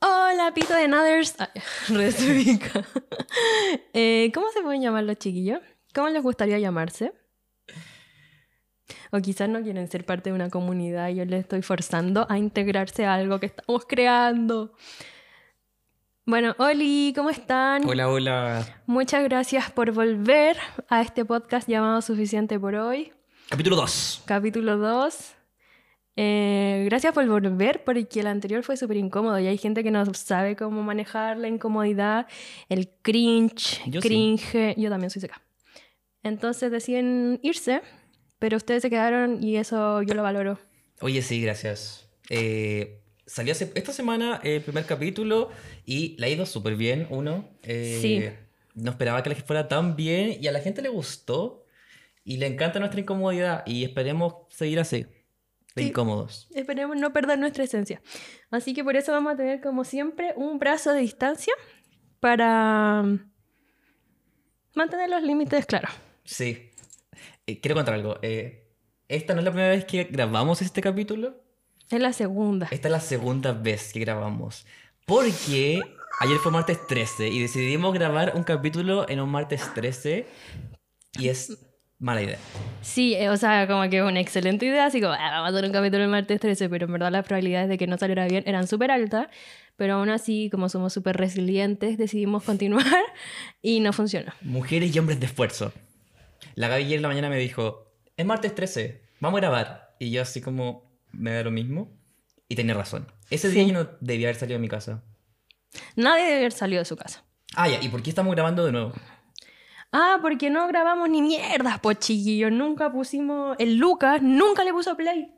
ratito de Nethers. Resubica. eh, ¿Cómo se pueden llamar los chiquillos? ¿Cómo les gustaría llamarse? O quizás no quieren ser parte de una comunidad y yo les estoy forzando a integrarse a algo que estamos creando. Bueno, Oli, ¿cómo están? Hola, hola. Muchas gracias por volver a este podcast llamado Suficiente por hoy, Capítulo 2. capítulo 2. Eh, gracias por volver porque el anterior fue súper incómodo y hay gente que no sabe cómo manejar la incomodidad, el cringe, Yo sí. cringe. Yo también soy seca. Entonces deciden irse, pero ustedes se quedaron y eso yo lo valoro. Oye, sí, gracias. Eh, salió hace- esta semana el primer capítulo y la ha ido súper bien, uno. Eh, Sí. No esperaba que la gente fuera tan bien y a la gente le gustó y le encanta nuestra incomodidad y esperemos seguir así, de Sí. incómodos. Esperemos no perder nuestra esencia. Así que por eso vamos a tener, como siempre, un brazo de distancia para mantener los límites claros. Sí. Eh, quiero contar algo. eh, esta no es la primera vez que grabamos este capítulo. Es la segunda. Esta es la segunda vez que grabamos. Porque ayer fue martes 13 y decidimos grabar un capítulo en un martes 13 y es mala idea. Sí, eh, o sea, como que es una excelente idea, así como, "Ah, vamos a hacer un capítulo el martes 13, pero en verdad las probabilidades de que no saliera bien eran súper altas, pero aún así, como somos súper resilientes, decidimos continuar y no funcionó. Mujeres y hombres de esfuerzo. La Gaby ayer en la mañana me dijo, es martes 13, vamos a grabar. Y yo así como, me da lo mismo. Y tenía razón. Ese día Sí. yo no debía haber salido de mi casa. Nadie debe haber salido de su casa. Ah, ya, ¿y por qué estamos grabando de nuevo? Ah, porque no grabamos ni mierdas, po chiquillo. Nunca pusimos. El Lucas nunca le puso play.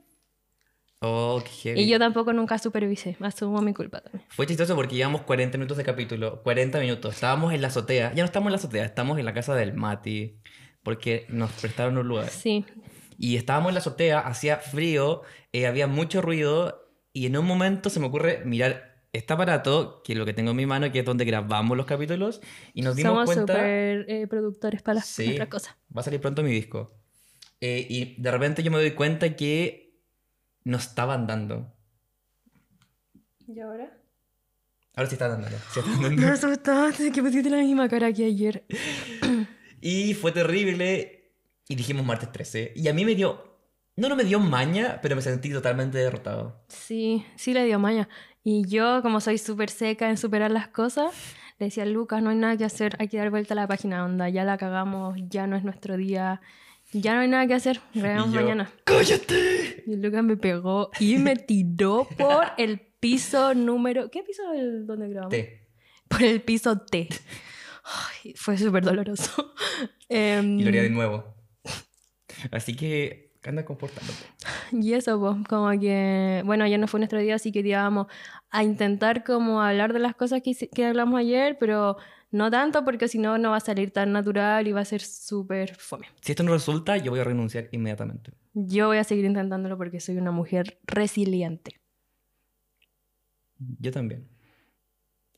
Oh, qué heavy. Y yo tampoco nunca supervisé. Asumo mi culpa también. Fue chistoso porque llevamos 40 minutos de capítulo, 40 minutos. Estábamos en la azotea, ya no estamos en la azotea, estamos en la casa del Mati, porque nos prestaron un lugar. Sí. Y estábamos en la azotea, hacía frío, eh, había mucho ruido, y en un momento se me ocurre mirar este aparato, que es lo que tengo en mi mano, que es donde grabamos los capítulos, y nos dimos Somos cuenta... súper eh, productores para las Sí. otras cosas. Va a salir pronto mi disco. Eh, y de repente yo me doy cuenta que no estaba andando. ¿Y ahora? Ahora sí está andando. sí está andando. Me asustaste que pusiste la misma cara que ayer. Y fue terrible. Y dijimos martes 13. Y a mí me dio. No, no me dio maña, pero me sentí totalmente derrotado. Sí, sí le dio maña. Y yo, como soy súper seca en superar las cosas, le decía, Lucas, no hay nada que hacer, hay que dar vuelta a la página onda, ya la cagamos, ya no es nuestro día, ya no hay nada que hacer, grabamos Y yo, eh, mañana. ¡Cállate! Y Lucas me pegó y me tiró por el piso número... ¿Qué piso es el donde grabamos? Te. Por el piso T. Ay, fue súper doloroso. Em, Y lo haría de nuevo. Así que anda comportándote. Y eso, pues, como que, bueno, ayer no fue nuestro día, así que íbamos a intentar como hablar de las cosas que, hici- que hablamos ayer, pero no tanto porque si no, no va a salir tan natural y va a ser súper fome. Si esto no resulta, yo voy a renunciar inmediatamente. Yo voy a seguir intentándolo porque soy una mujer resiliente. Yo también.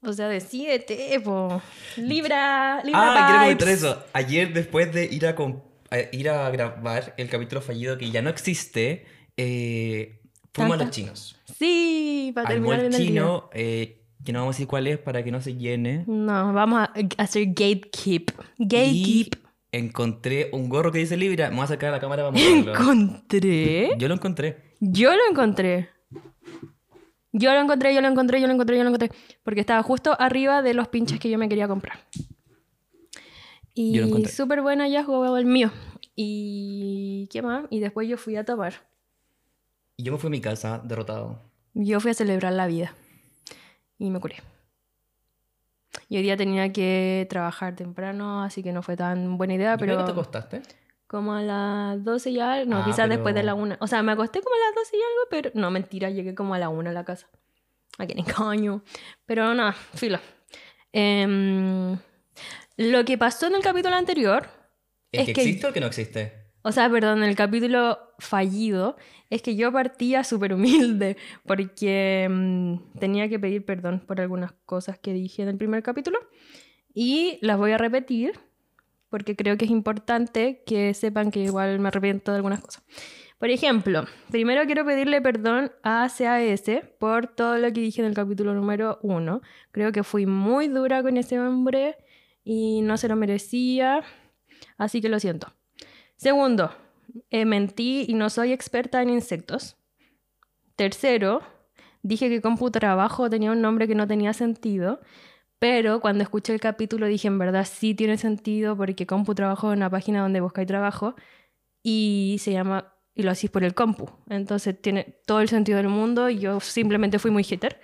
O sea, decídete, po. Libra, Libra ah, quiero vibes. comentar eso. Ayer, después de ir a, com- a ir a grabar el capítulo fallido que ya no existe, eh, fuimos a Tanta- los chinos. Sí, para Al terminar mall bien el día. chino, eh, que no vamos a decir cuál es para que no se llene. No, vamos a a hacer gatekeep. Gatekeep. Y encontré un gorro que dice Libra. Me voy a sacar la cámara para mostrarlo. Encontré. Yo lo encontré. Yo lo encontré. Yo lo encontré, yo lo encontré, yo lo encontré, yo lo encontré. Porque estaba justo arriba de los pinches que yo me quería comprar. Yo lo Y encontré. súper buen hallazgo el mío. Y qué más. Y después yo fui a tomar. Y yo me fui a mi casa derrotado. Yo fui a celebrar la vida. Y me curé. Y hoy día tenía que trabajar temprano, así que no fue tan buena idea, Yo Ah, pero... creo que te acostaste? Como a las 12 y algo. No, Ah, quizás pero- después de la 1. O sea, me acosté como a las 12 y algo, pero. No, mentira, llegué como a la 1 a la casa. ¿A quién engaño? Pero nada, filo. Em, lo que pasó en el capítulo anterior. ¿El Es que, que- existe o el que no existe? O sea, perdón, el capítulo fallido es que yo partía súper humilde porque mm, tenía que pedir perdón por algunas cosas que dije en el primer capítulo y las voy a repetir porque creo que es importante que sepan que igual me arrepiento de algunas cosas. Por ejemplo, primero quiero pedirle perdón a CAS por todo lo que dije en el capítulo número uno. Creo que fui muy dura con ese hombre y no se lo merecía, así que lo siento. Segundo, eh, mentí y no soy experta en insectos. Tercero, dije que CompuTrabajo tenía un nombre que no tenía sentido, pero cuando escuché el capítulo dije en verdad sí tiene sentido porque CompuTrabajo es una página donde buscáis trabajo y se llama y lo hacís por el compu. Entonces tiene todo el sentido del mundo y yo simplemente fui muy hater.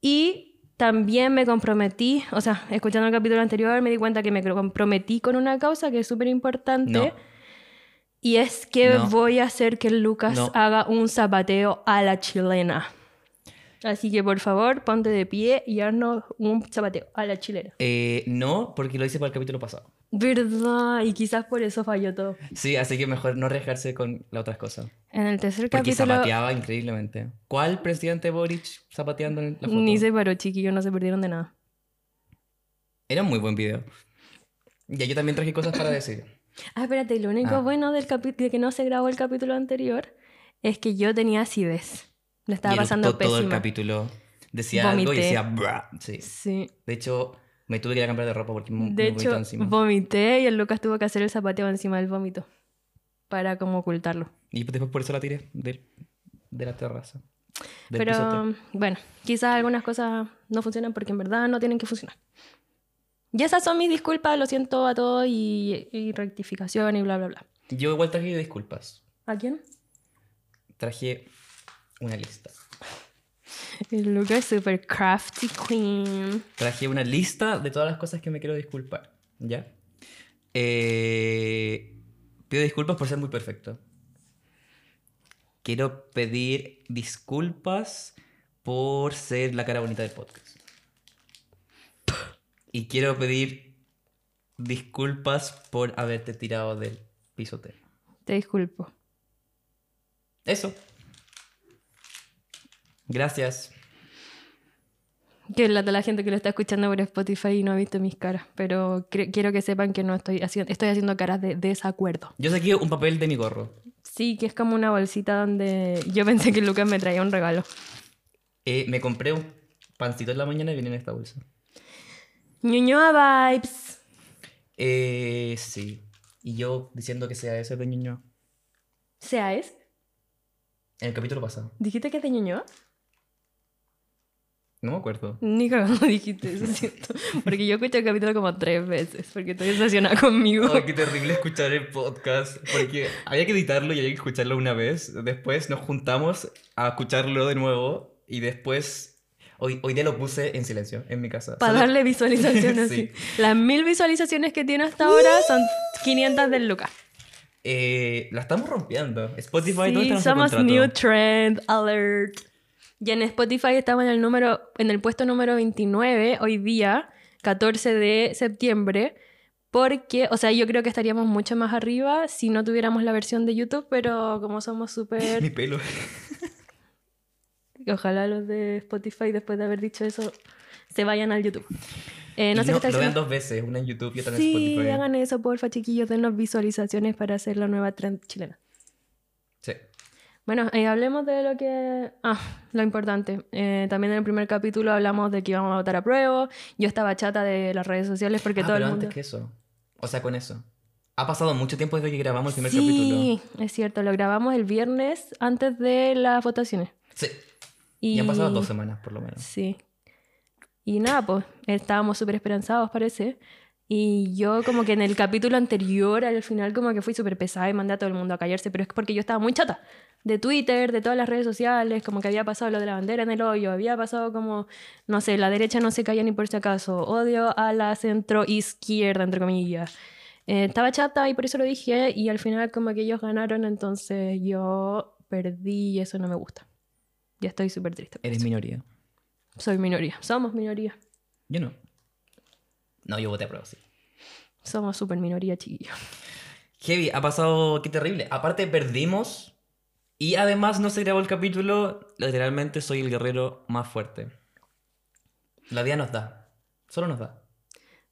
Y también me comprometí, o sea, escuchando el capítulo anterior me di cuenta que me comprometí con una causa que es súper importante. No. Y es que No. voy a hacer que Lucas No. haga un zapateo a la chilena. Así que por favor, ponte de pie y haznos un zapateo a la chilena. Eh, no, porque lo hice para el capítulo pasado. ¿Verdad? Y quizás por eso falló todo. Sí, así que mejor no arriesgarse con las otras cosas. En el tercer Porque capítulo zapateaba increíblemente. ¿Cuál presidente Boric zapateando en la foto? ni se paró, chiquillo, no se perdieron de nada. Era un muy buen video. Ya yo también traje cosas para decir. Ah, espérate, lo único Ah. bueno del capi- de que no se grabó el capítulo anterior es que yo tenía acidez. La estaba Y pasando eructó todo el pésima. capítulo. Decía algo y Vomité. decía... "Bra". Sí. Sí. De hecho, me tuve que ir a cambiar de ropa porque me De me vomitó hecho, encima. vomité y el Lucas tuvo que hacer el zapateo encima del vómito para como ocultarlo. Y después por eso la tiré del- de la terraza. Del piso Pero bueno, quizás algunas cosas no funcionan porque en verdad no tienen que funcionar. Y esas son mis disculpas, lo siento a todos y, y rectificación y bla, bla, bla. tres. Yo igual traje disculpas. ¿A quién? Traje una lista. El Lucas es super crafty queen. Traje una lista de todas las cosas que me quiero disculpar. ¿Ya? Eh, pido disculpas por ser muy perfecto. Quiero pedir disculpas por ser la cara bonita del podcast. Y quiero pedir disculpas por haberte tirado del pisotero. Te disculpo. Eso. Gracias. Que la, la gente que lo está escuchando por Spotify y no ha visto mis caras, pero cre- quiero que sepan que no estoy haciendo, estoy haciendo caras de desacuerdo. Yo saqué un papel de mi gorro. Sí, que es como una bolsita donde yo pensé que Lucas me traía un regalo. Eh, me compré un pancito en la mañana y viene en esta bolsa. Ñuñoa vibes. Eh, sí. Y yo diciendo que sea ese de Ñuñoa. ¿Sea es? En el capítulo pasado. ¿Dijiste que es de Ñuñoa? No me acuerdo. Ni cagando dijiste eso, siento. Porque yo escuché el capítulo como tres veces, porque estoy obsesionada conmigo. Ay, qué terrible escuchar el podcast. Porque había que editarlo y había que escucharlo una vez. Después nos juntamos a escucharlo de nuevo. Y después. Hoy, hoy día lo puse en silencio, en mi casa. Para Solo- darle visualizaciones. Sí. sí. Las mil visualizaciones que tiene hasta ahora son 500 del Lucas. Eh, la estamos rompiendo. Spotify, ¿dónde está Sí, nuestro somos contrato? New Trend Alert. Y en Spotify estamos en el, número, en el puesto número 29 hoy día, 14 de septiembre. Porque, o sea, yo creo que estaríamos mucho más arriba si no tuviéramos la versión de YouTube, pero como somos Mi súper... pelo. ojalá los de Spotify, después de haber dicho eso, se vayan al YouTube. Eh, no Y sé qué está lo vean haciendo. dos veces, una en YouTube y otra en Sí, Spotify. ¿eh? hagan eso, porfa, chiquillos, denos visualizaciones para hacer la nueva trend chilena. Sí. Bueno, eh, hablemos de lo que... Ah, lo importante. Eh, también en el primer capítulo hablamos de que íbamos a votar a prueba. Yo estaba chata de las redes sociales porque Ah, todo pero el antes mundo... que eso. O sea, con eso. Ha pasado mucho tiempo desde que grabamos el primer capítulo. Sí, es cierto. Lo grabamos el viernes antes de las votaciones. Sí. Y Y han pasado dos semanas, por lo menos. Sí. Y nada, pues estábamos súper esperanzados, parece. Y yo como que en el capítulo anterior, al final, como que fui súper pesada y mandé a todo el mundo a callarse, pero es porque yo estaba muy chata. De Twitter, de todas las redes sociales, como que había pasado lo de la bandera en el hoyo, había pasado como, no sé, la derecha no se calla ni por si acaso, odio a la centro izquierda, entre comillas. Eh, estaba chata y por eso lo dije, y al final como que ellos ganaron, entonces yo perdí y eso no me gusta. Ya estoy súper triste. por Eres eso. minoría. Soy minoría. Somos minoría. Yo no. No, yo voté a prueba, sí. Somos super minoría, chiquillo. Heavy, ha pasado. Qué terrible. Aparte, perdimos. Y además no se grabó el capítulo. Literalmente soy el guerrero más fuerte. La vida nos da. Solo nos da.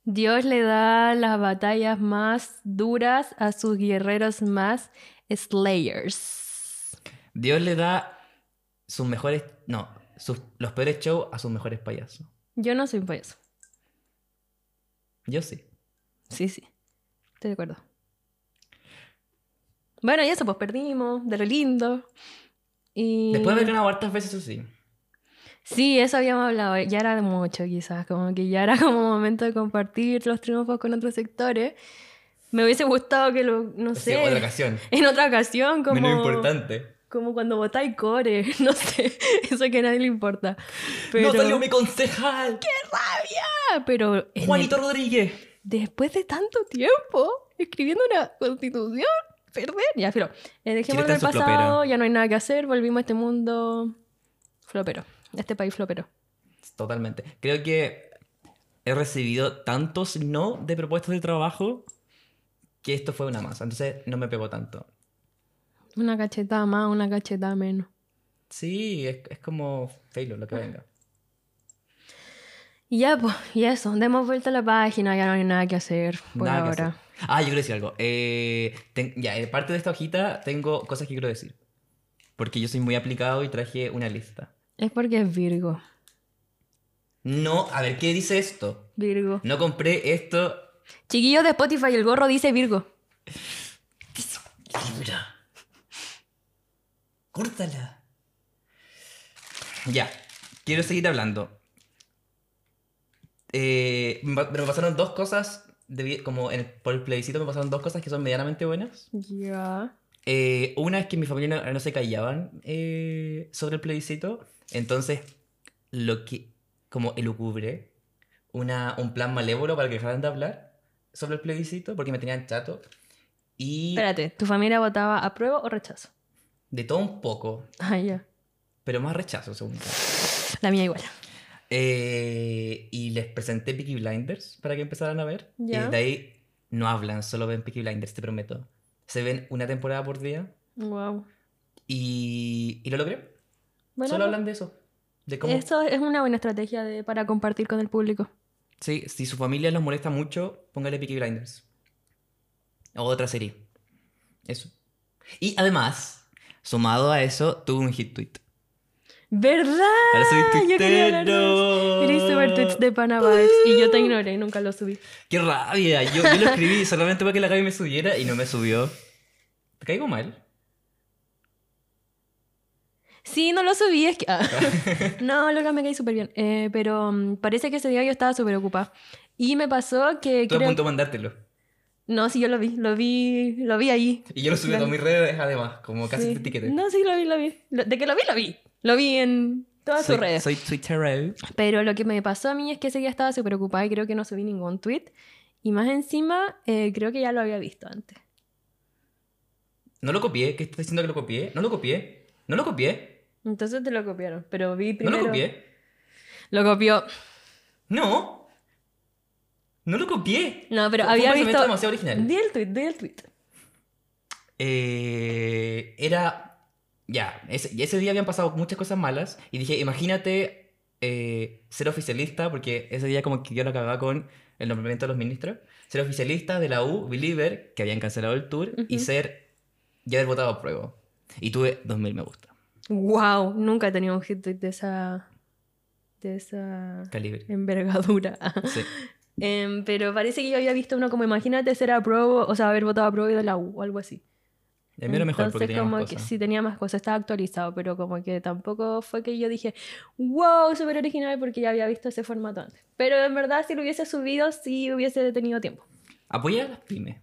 Dios le da las batallas más duras a sus guerreros más slayers. Dios le da sus mejores, no, sus, los peores shows a sus mejores payasos. Yo no soy un payaso. Yo sí. Sí, sí. Estoy de acuerdo. Bueno, y eso, pues perdimos, de lo lindo. Y... Después de haber ganado hartas veces, eso sí. Sí, eso habíamos hablado. Ya era de mucho, quizás. Como que ya era como momento de compartir los triunfos con otros sectores. Me hubiese gustado que lo, no Sí, sé, otra ocasión. en otra ocasión, como... Menos importante. Como cuando votáis core, no sé, eso que a nadie le importa. Pero, ¡No salió mi concejal! Ah, pero en ¡Juanito Rodríguez! el- después de tanto tiempo escribiendo una constitución, perder. Ya, filo, eh, dejémoslo en Chile el está en su pasado, flopera. ya no hay nada que hacer, volvimos a este mundo flopero, a este país flopero. Totalmente. Creo que he recibido tantos no de propuestas de trabajo que esto fue una masa. Entonces no me pegó tanto. Una cachetada más, una cachetada menos. Sí, es, es como Taylor lo que venga. Y ya, pues, y eso, demos vuelta a la página, ya no hay nada que hacer por Nada que ahora. hacer. Ah, yo quiero decir algo. Eh, ten- ya, de parte de esta hojita tengo cosas que quiero decir. Porque yo soy muy aplicado y traje una lista. Es porque es Virgo, No, a ver, ¿qué dice esto? Virgo. No compré esto. Chiquillos de Spotify, el gorro dice Virgo. Libra. Córtala. Ya, quiero seguir hablando. Eh, me pa- pero me pasaron dos cosas, de vi- como en el- por el plebiscito me pasaron dos cosas que son medianamente buenas. Ya. Eh, una es que mi familia no, no se callaban eh, sobre el plebiscito, entonces lo que, como elucubre, una, un plan malévolo para que dejaran de hablar sobre el plebiscito, porque me tenían chato. Y Espérate, ¿tu familia votaba apruebo o rechazo? de todo un poco, Ah, ya. pero más rechazo, según yo. La mía igual. Eh, y les presenté Peaky Blinders para que empezaran a ver. Y Ya. desde ahí no hablan, solo ven Peaky Blinders, te prometo. Se ven una temporada por día Wow. y, y lo logré. Solo hablan de eso. De cómo... esto es una buena estrategia de- para compartir con el público. Sí, si su familia los molesta mucho, póngale Peaky Blinders. O otra serie. Eso. Y además, sumado a eso, tuve un hit tweet. ¿Verdad? Ahora soy Ah, yo quería hablar de tuitero. Eres super tweets de Pana Vibes y yo te ignoré y nunca lo subí. ¡Qué rabia! Yo, yo lo escribí solamente para que la Gaby me subiera y no me subió. ¿Te caigo mal? Sí, no lo subí, es que... ah. no, loca, me caí súper bien. Eh, pero mm, parece que ese día yo estaba súper ocupada. Y me pasó que Estuve a creo- punto de mandártelo. No, sí, yo lo vi, lo vi, lo vi ahí. Y yo lo subí a todas mis redes, además, como casi Sí. te etiqueté. No, sí, lo vi, lo vi. Lo- De que lo vi, lo vi. Lo vi en todas soy, sus redes. Soy Twitter. Pero lo que me pasó a mí es que ese día estaba súper ocupada y creo que no subí ningún tweet. Y más encima, eh, creo que ya lo había visto antes. No lo copié. ¿Qué estás diciendo que lo copié? No lo copié. No lo copié. Entonces te lo copiaron, pero vi No primero... lo copié. Lo copió. No. No lo copié. No, pero Fue- fue había un pensamiento visto... demasiado original. Di el tweet, di el tweet. Eh, era. Ya, ese, ese día habían pasado muchas cosas malas. Y dije, imagínate eh, ser oficialista, porque ese día como que yo lo cagaba con el nombramiento de los ministros. Ser oficialista de la U, Believer, que habían cancelado el tour, y Ujú. ser. Ya haber votado a prueba. Y tuve 2000 me gusta. Wow, nunca he tenido un hit tweet de esa... De esa... Calibre. Envergadura. Sí. Em, pero parece que yo había visto uno como, imagínate ser apruebo, o sea, haber votado apruebo y de la U o algo así. El mío era mejor porque Entonces, tenía como más que cosas. sí tenía más cosas, estaba actualizado, pero como que tampoco fue que yo dije, wow, súper original, porque ya había visto ese formato antes. Pero en verdad, si lo hubiese subido, sí hubiese tenido tiempo. Apoya a las pymes.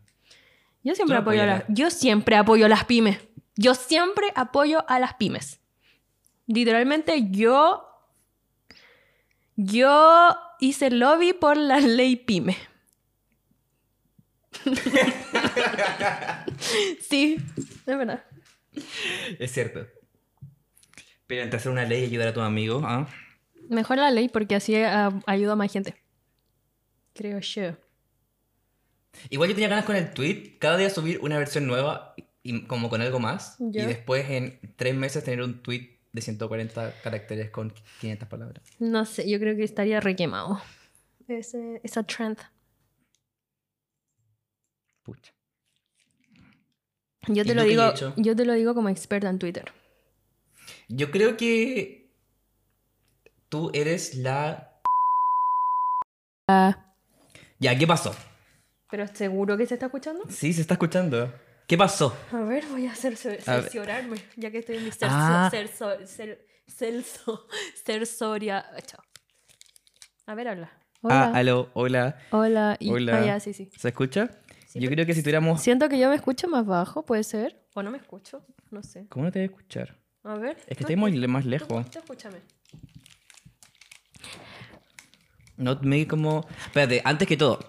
Yo siempre, Tú apoyo a las, apoyarás. yo siempre apoyo a las pymes. Yo siempre apoyo a las pymes. Literalmente, yo. Yo hice lobby por la ley pyme. sí, es verdad. Es cierto. Pero entre hacer una ley y ayudar a tus amigos, ¿ah? Mejor la ley porque así ah, ayuda a más gente. Creo yo. Igual yo tenía ganas con el tweet, cada día subir una versión nueva, y- y como con algo más, Ya. y después en tres meses tener un tweet de 140 caracteres con 500 palabras. No sé, yo creo que estaría requemado. Ese, esa trend. Pucha. Yo ¿Y te tú lo qué le digo, hecho? yo te lo digo como experta en Twitter. Yo creo que tú eres la... Ah. Ya, ¿qué pasó? Pero seguro que se está escuchando. Sí, se está escuchando. ¿Qué pasó? A ver, voy a cer- cer- A ver. cerciorarme, ya que estoy en mi cerso, Ah. cerso, cer- celso- cersoria. ah, chao. A ver, habla. Ah, aló, hola. hola. Y... hola. ah, ya, sí, sí. ¿Se escucha? Sí, Yo pero- creo que si tuviéramos... Siento que yo me escucho más bajo, puede ser. O no me escucho, no sé. ¿Cómo no te voy a escuchar? A ver. Es que tú estoy muy escu- le- más tú lejos. escu- tú escúchame. Not me como... Espérate, antes que todo.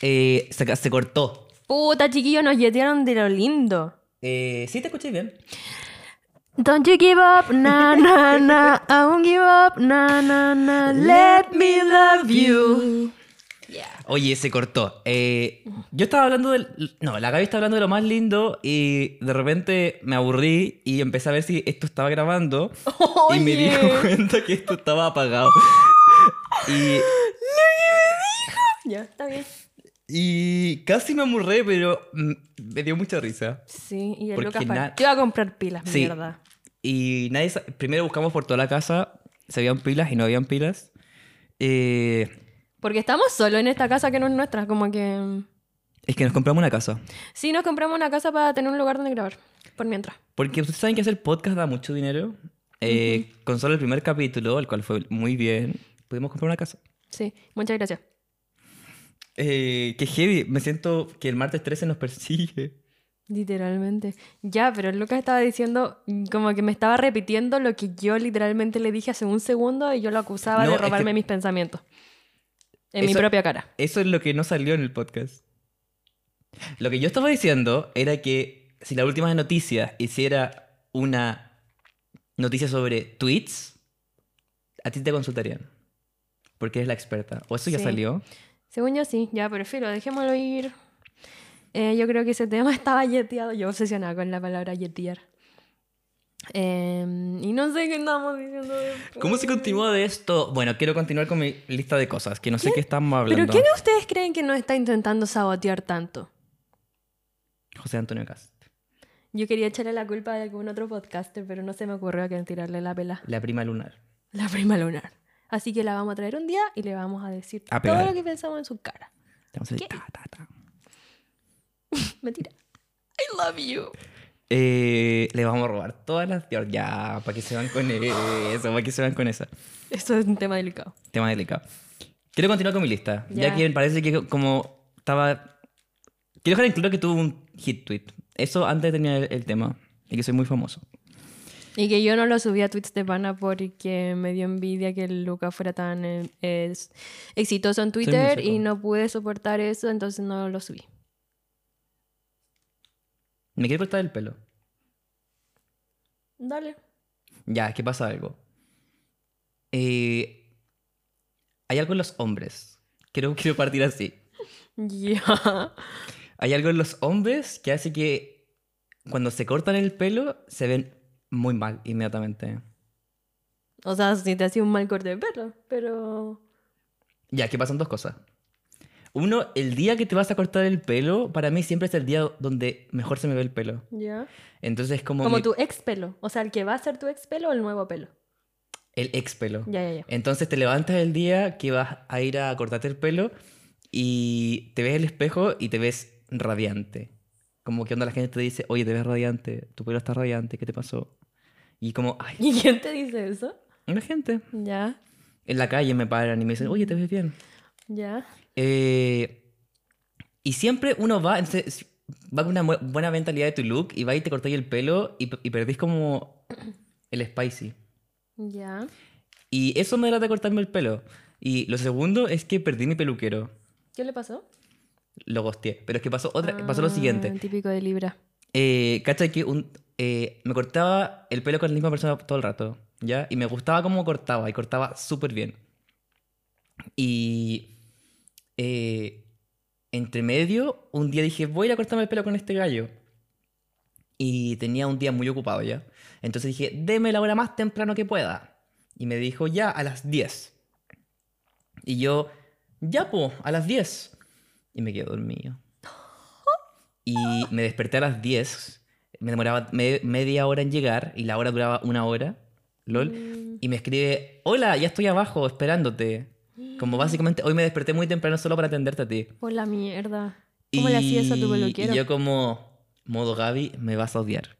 eh, se, ca- se cortó. Puta, chiquillos, nos yetearon de lo lindo. Eh, sí, te escuché bien. Don't you give up, na na na. I won't give up, na na na. Let me love you. Yeah. Oye, se cortó. Eh, yo estaba hablando del... No, la Gaby estaba hablando de lo más lindo y de repente me aburrí y empecé a ver si esto estaba grabando y me di Oye. cuenta que esto estaba apagado. y, Ya, está bien. y casi me aburré, pero mm, me dio mucha risa. Sí, y el Porque Lucas na- partió a comprar pilas, Sí. mierda. Y nadie sa- primero buscamos por toda la casa si habían pilas y no habían pilas. Eh, Porque estamos solos en esta casa que no es nuestra, como que... mm, es que nos compramos una casa. Sí, nos compramos una casa para tener un lugar donde grabar, por mientras. Porque ustedes saben que hacer podcast da mucho dinero. Eh, Con solo el primer capítulo, el cual fue muy bien, pudimos comprar una casa. Sí, muchas gracias. Eh, qué heavy, me siento que el martes 13 nos persigue. Literalmente. Ya, pero el Lucas estaba diciendo, mm, como que me estaba repitiendo lo que yo literalmente le dije hace un segundo y yo lo acusaba No, de es que- robarme mis pensamientos. En mi Eso- propia cara. Eso es lo que no salió en el podcast. Lo que yo estaba diciendo era que si la última noticia hiciera una noticia sobre tweets, a ti te consultarían. Porque eres la experta. O eso ya Sí. salió. Según yo sí, ya, prefiero, dejémoslo ir. Eh, yo creo que ese tema estaba yeteado, yo obsesionada con la palabra yetear. Eh, y no sé qué estamos diciendo. después. ¿Cómo se continúa de esto? Bueno, quiero continuar con mi lista de cosas, que no sé qué estamos ¿Pero hablando. qué de ustedes creen que nos está intentando sabotear tanto? José Antonio Cast. Yo quería echarle la culpa de algún otro podcaster, pero no se me ocurrió a quién tirarle la pela. La prima lunar. La prima lunar. Así que la vamos a traer un día y le vamos a decir A todo pegar. lo que pensamos en su cara. Te vamos a decir, ¿Qué? ta, ta, ta. Mentira. I love you. Eh, le vamos a robar todas las... Ya, para que se van con eso, para que se van con esa. Eso es un tema delicado. Tema delicado. Quiero continuar con mi lista, ya, Ya. que me parece que como estaba... Quiero dejar en claro que tuve un hit tweet. Eso antes de terminar el, el tema. Y que soy muy famoso. Y que yo no lo subí a tweets de pana porque me dio envidia que el Luca fuera tan eh, es- exitoso en Twitter seco. y no pude soportar eso, entonces no lo subí. Me quiero cortar el pelo. Dale. Ya, es que pasa algo. Eh, hay algo en los hombres. Quiero, quiero partir así. Ya. Hay algo en los hombres que hace que cuando se cortan el pelo se ven muy mal inmediatamente. O sea, si te hacía un mal corte de pelo, pero. Ya, aquí pasan dos cosas. Uno, el día que te vas a cortar el pelo, para mí siempre es el día donde mejor se me ve el pelo. Ya. Entonces es como, Como mi- tu ex pelo. O sea, el que va a ser tu ex pelo o el nuevo pelo. el ex pelo. Ya, ya, ya. Entonces te levantas el día que vas a ir a cortarte el pelo y te ves el espejo y te ves radiante. Como que onda la gente te dice, oye, te ves radiante, tu pelo está radiante, ¿qué te pasó? Y como, ay, ¿Y quién te dice eso? una gente Ya. en la calle me paran y me dicen, oye, te ves bien. Ya. Eh, y siempre uno va, entonces, va con una mu- buena mentalidad de tu look y va y te cortáis el pelo y, p- y perdís como el spicy. Ya. Y eso me trata de cortarme el pelo. Y lo segundo es que perdí mi peluquero. ¿Qué le pasó? Lo gosteé. Pero es que pasó, otra, pasó lo Ah, siguiente. Típico de Libra. Eh, Cacha que un, eh, me cortaba el pelo con la misma persona todo el rato. ¿Ya? Y me gustaba cómo cortaba. Y cortaba súper bien. Y... eh, entre medio, un día dije, voy a ir a cortarme el pelo con este gallo. Y tenía un día muy ocupado ya. Entonces dije, deme la hora más temprano que pueda. Y me dijo, ya, a las 10. Y yo, ya, po, a las 10. Y me quedé dormido. Y me desperté a las 10. Me demoraba me- media hora en llegar y la hora duraba una hora. LOL. Mm. Y me escribe, hola, ya estoy abajo esperándote. Mm. Como básicamente, hoy me desperté muy temprano solo para atenderte a ti. Por la mierda. Y, ¿Cómo le hacía eso a tu peluquero? y yo como, modo Gaby, me vas a odiar.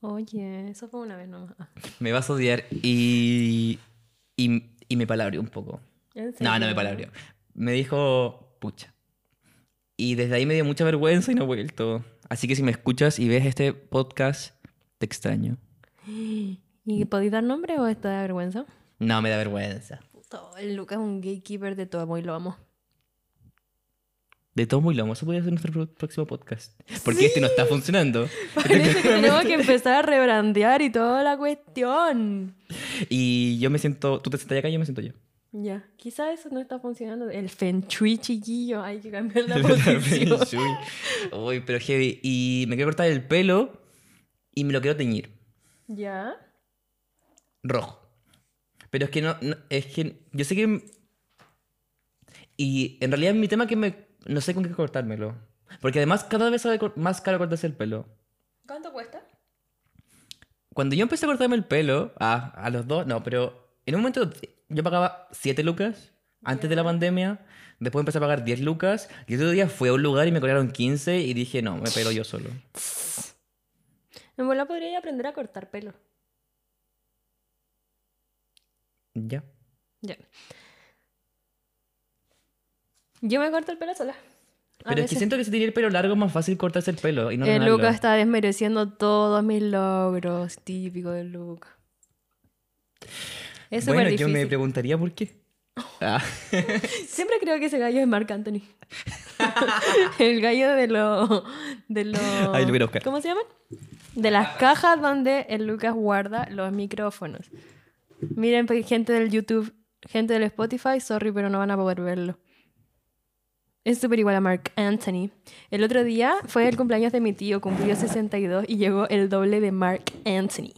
Oye, eso fue una vez nomás. Ah, Me vas a odiar y... Y, y me palabreó un poco. ¿en serio? No, no me palabreó. Me dijo, pucha. Y desde ahí me dio mucha vergüenza y no he vuelto. Así que si me escuchas y ves este podcast, te extraño. ¿Y podéis dar nombre o está de vergüenza? No, me da vergüenza. Puto, el Lucas es un gatekeeper de todo amor y lo amo. De todo muy lomo, eso podría ser nuestro pro- próximo podcast. Porque este no está funcionando. Parece que tenemos que empezar a rebrandear y toda la cuestión. Y yo me siento, tú te sientas acá y yo me siento yo. Ya, quizá eso no está funcionando. El feng shui chiquillo, hay que cambiar la posición. Uy, pero heavy. Y me quiero cortar el pelo y me lo quiero teñir. ya. rojo. Pero es que no, no- es que yo sé que y en realidad mi tema es que me no sé con qué cortármelo, porque además cada vez sale cor- más caro cortarse el pelo. ¿Cuánto cuesta? Cuando yo empecé a cortarme el pelo, a, a los dos, no, pero en un momento yo pagaba 7 lucas antes de la pandemia, después empecé a pagar 10 lucas, y el otro día fue a un lugar y me cobraron 15 y dije, no, me pelo yo solo. En verdad podría aprender a cortar pelo. Ya. Ya. Yo me corto el pelo sola. A Pero es que veces. Eh, siento que si tiene el pelo largo es más fácil cortarse el pelo y no el arreglarlo. Luca está desmereciendo todos mis logros, típico del Luca. Es súper bueno, yo difícil. me preguntaría por qué. Ah. Siempre creo que ese gallo es Marc Anthony. el gallo de los... De los Ay, lo voy a buscar. ¿Cómo se llaman? De las cajas donde el Lucas guarda los micrófonos. Miren, pe- gente del YouTube, gente del Spotify, sorry, pero no van a poder verlo. Es súper igual a Marc Anthony. El otro día fue el cumpleaños de mi tío, cumplió 62 y llegó el doble de Marc Anthony.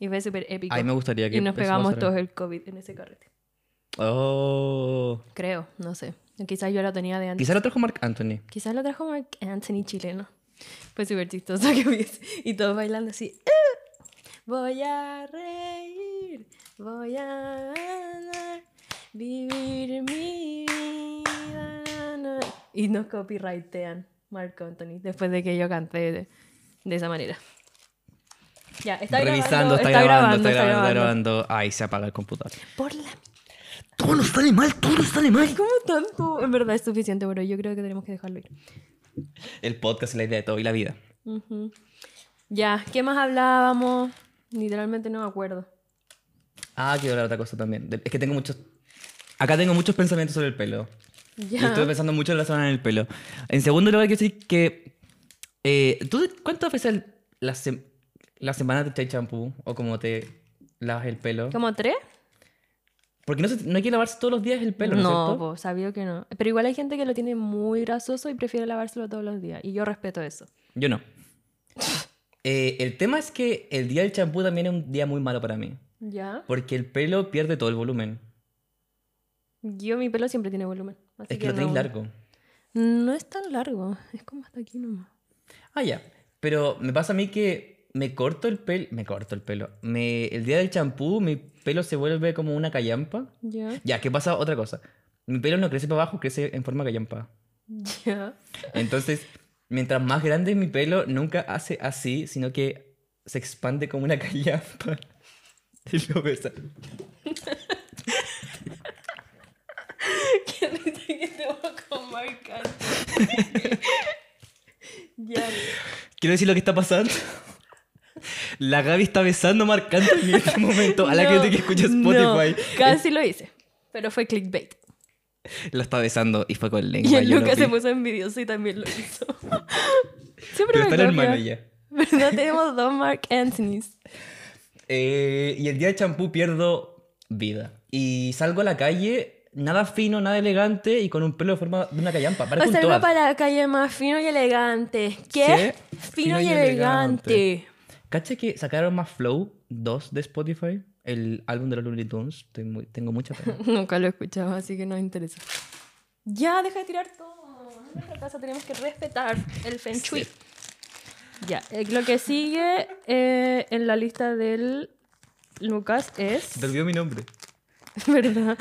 Y fue súper épico. Ay, me gustaría que y nos eso pegamos pasara. todos el COVID en ese carrete. Oh. Creo, no sé. Quizás yo lo tenía de antes. Quizá lo trajo Mark Anthony. Quizás lo trajo Mark Anthony chileno. Fue súper chistoso que hubiese. Y todos bailando así. "Uh, Voy a reír, voy a ganar, vivir mi vida. na, na". Y nos copyrightean Mark Anthony después de que yo canté de, de esa manera. Ya, está grabando, Revisando, está, grabando, está grabando, está grabando, Ay, se apaga el computador. Por la Todo no sale mal, todo no sale mal. ¿Cómo tanto? En verdad es suficiente, pero yo creo que tenemos que dejarlo ir. El podcast es la idea de todo y la vida. Ujú. Ya, ¿qué más hablábamos? Literalmente no me acuerdo. Ah, quiero hablar de otra cosa también. De- Es que tengo muchos. Acá tengo muchos pensamientos sobre el pelo. Y Ya. Estuve pensando mucho en la zona en el pelo. En segundo lugar, quiero decir que. eh, ¿Tú cuántas veces al- la, sem- la semana te echas champú o como te lavas el pelo? ¿Como tres? Porque no, se- no hay que lavarse todos los días el pelo, ¿no, es no, cierto? po, sabido que no. Pero igual hay gente que lo tiene muy grasoso y prefiere lavárselo todos los días. Y yo respeto eso. Yo no. Eh, el tema es que el día del champú también es un día muy malo para mí. Ya. Porque el pelo pierde todo el volumen. Yo, mi pelo siempre tiene volumen. así es que, lo no- tenéis largo. No es tan largo. Es como hasta aquí nomás. Ah, ya. Pero me pasa a mí que me corto el pelo. Me corto el pelo. Me, el día del champú, mi pelo se vuelve como una callampa. Ya. Ya, ¿qué pasa? Otra cosa. Mi pelo no crece para abajo, crece en forma callampa. Ya. Entonces, mientras más grande es mi pelo, nunca hace así, sino que se expande como una callampa. Y lo besa. ¿Qué risa que tengo con Marc Anthony. ya. Quiero decir lo que está pasando. La Gaby está besando marcando en este momento a la No, gente que escucha no, Spotify. casi lo hice. Pero fue clickbait. La está besando y fue con lengua. Y el yo lo Lucas vi. se puso envidioso y también lo hizo. Siempre Pero me está el hermano copia. ya. ¿Verdad? Tenemos dos Mark Anthony's. Eh, y el día de champú pierdo vida. Y salgo a la calle, nada fino, nada elegante y con un pelo de forma de una callampa. Parezco un Pasarlo toad. para la calle más fino y elegante. ¿Qué? ¿Qué? Fino y elegante. ¿Cacha que sacaron más Flow 2 de Spotify? El álbum de los Looney Tunes. Estoy muy- tengo mucha pena. Nunca lo he escuchado, así que no me interesa. Ya, deja de tirar todo. En nuestra casa tenemos que respetar el feng shui. Sí. Ya, eh, lo que sigue eh, en la lista del Lucas es. Te olvidó mi nombre. ¿Verdad?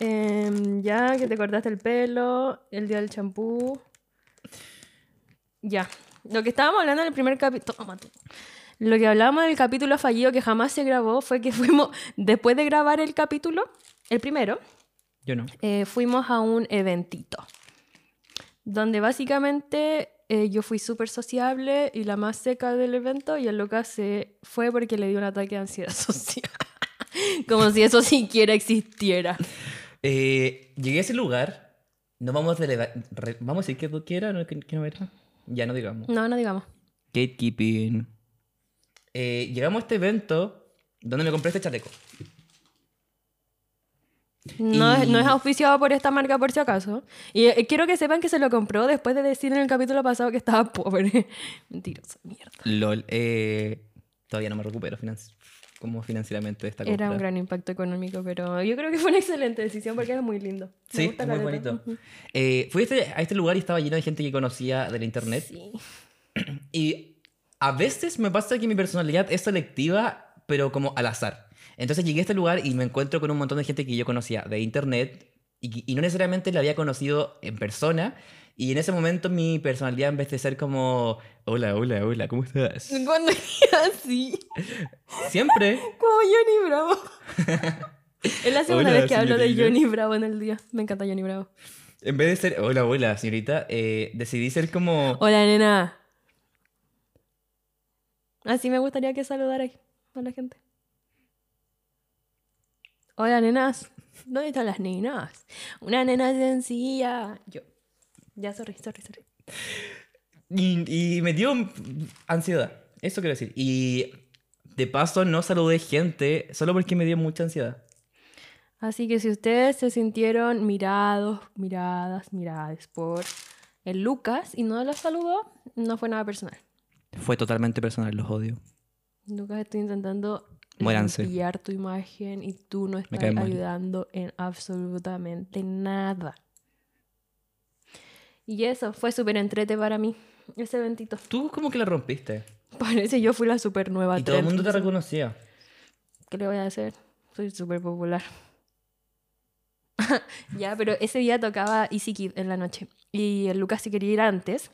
Em, ya que te cortaste el pelo, el día del champú. Ya. Lo que estábamos hablando en el primer capítulo. Lo que hablábamos del capítulo fallido que jamás se grabó fue que fuimos, después de grabar el capítulo, el primero, Yo no. eh, fuimos a un eventito. Donde básicamente eh, yo fui súper sociable y la más seca del evento y el Lucas se fue porque le dio un ataque de ansiedad social. Como si eso siquiera existiera. Eh, llegué a ese lugar. No vamos a releva- re- Vamos a decir que tú quieras, no, que, que no era. Ya no digamos. No, no digamos. Gatekeeping. Eh, llegamos a este evento donde me compré este chaleco. No, es- Y- no es auspiciado por esta marca por si acaso. Y eh, quiero que sepan que se lo compró después de decir en el capítulo pasado que estaba pobre. Mentiroso, mierda. LOL. eh, todavía no me recupero financi- como financieramente de esta compra. Era un gran impacto económico, pero yo creo que fue una excelente decisión porque es muy lindo. Me Sí, gusta es muy caleta. bonito. Eh, fui a este, a este lugar y estaba lleno de gente que conocía del internet. Sí. Y a veces me pasa que mi personalidad es selectiva, pero como al azar. Entonces llegué a este lugar y me encuentro con un montón de gente que yo conocía de internet y, que- y no necesariamente la había conocido en persona. Y en ese momento mi personalidad, en vez de ser como, hola, hola, hola, ¿cómo estás? Cuando era así, Siempre. como Johnny Bravo. es la segunda Hola, vez que hablo de señorita. Johnny Bravo en el día. Me encanta Johnny Bravo. En vez de ser, hola, hola, señorita, eh, decidí ser como... Hola, nena. Así me gustaría que saludarais a la gente. Hola, nenas. ¿Dónde están las nenas? Una nena sencilla. Yo. Ya, sorry, sorry, sorry. Y, y me dio ansiedad. Eso quiero decir. Y de paso no saludé gente solo porque me dio mucha ansiedad. Así que si ustedes se sintieron mirados, miradas, miradas por el Lucas y no los saludó, no fue nada personal. Fue totalmente personal, los odio. Lucas, estoy intentando Muéranse. limpiar tu imagen y tú no estás cae mal. ayudando en absolutamente nada. Y eso fue súper entrete para mí, ese eventito. Tú como que la rompiste. Parece yo fui la súper nueva. Y todo el trend. mundo te reconocía. ¿Qué le voy a hacer? Soy súper popular. ya, pero ese día tocaba Easy Kid en la noche. Y el Lucas se quería ir antes,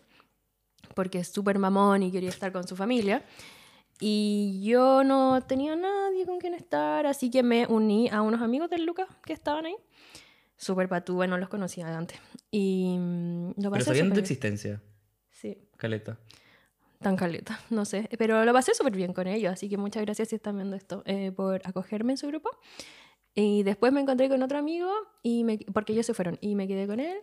porque es súper mamón y quería estar con su familia. Y yo no tenía nadie con quien estar, así que me uní a unos amigos del Lucas que estaban ahí. Súper patúa, no los conocía de antes. Y mm, lo Pero pasé sabían tu súper bien. existencia, Sí, Caleta. tan caleta, no sé. Pero lo pasé súper bien con ellos, así que muchas gracias si están viendo esto eh, por acogerme en su grupo. Y después me encontré con otro amigo, y me, porque ellos se fueron, y me quedé con él.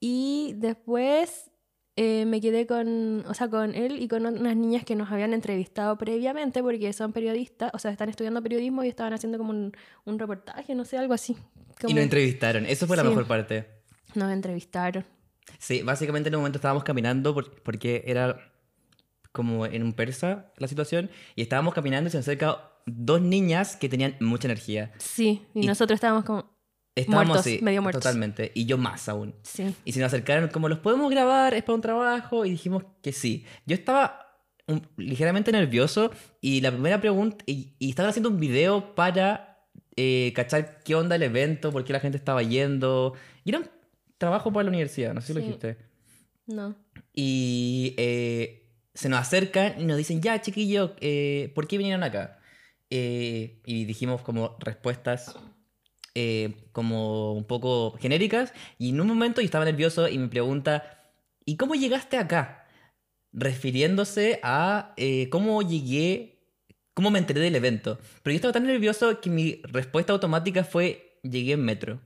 Y después eh, me quedé con, o sea, con él y con unas niñas que nos habían entrevistado previamente, porque son periodistas, o sea, están estudiando periodismo y estaban haciendo como un, un reportaje, no sé, algo así. Y Como- nos entrevistaron. Eso fue la Sí. mejor parte. nos entrevistaron. Sí, básicamente en un momento estábamos caminando por- porque era como en un persa la situación. Y estábamos caminando y se nos acerca dos niñas que tenían mucha energía. Sí, y, Y- nosotros estábamos como, Estábamos Muertos, así, medio muertos. totalmente. Y yo más aún. sí. Y se nos acercaron como, ¿los podemos grabar? ¿Es para un trabajo? Y dijimos que sí. Yo estaba un- ligeramente nervioso y la primera pregunta, y, y estaban haciendo un video para eh, cachar qué onda el evento, por qué la gente estaba yendo. Y era un trabajo para la universidad, no sé si lo Sí. dijiste. No. Y eh, se nos acercan y nos dicen, ya chiquillo, eh, ¿por qué vinieron acá? Eh, y dijimos como respuestas eh, como un poco genéricas. Y en un momento yo estaba nervioso y me pregunta, ¿y cómo llegaste acá? Refiriéndose a eh, cómo llegué, cómo me enteré del evento. Pero yo estaba tan nervioso que mi respuesta automática fue, llegué en metro.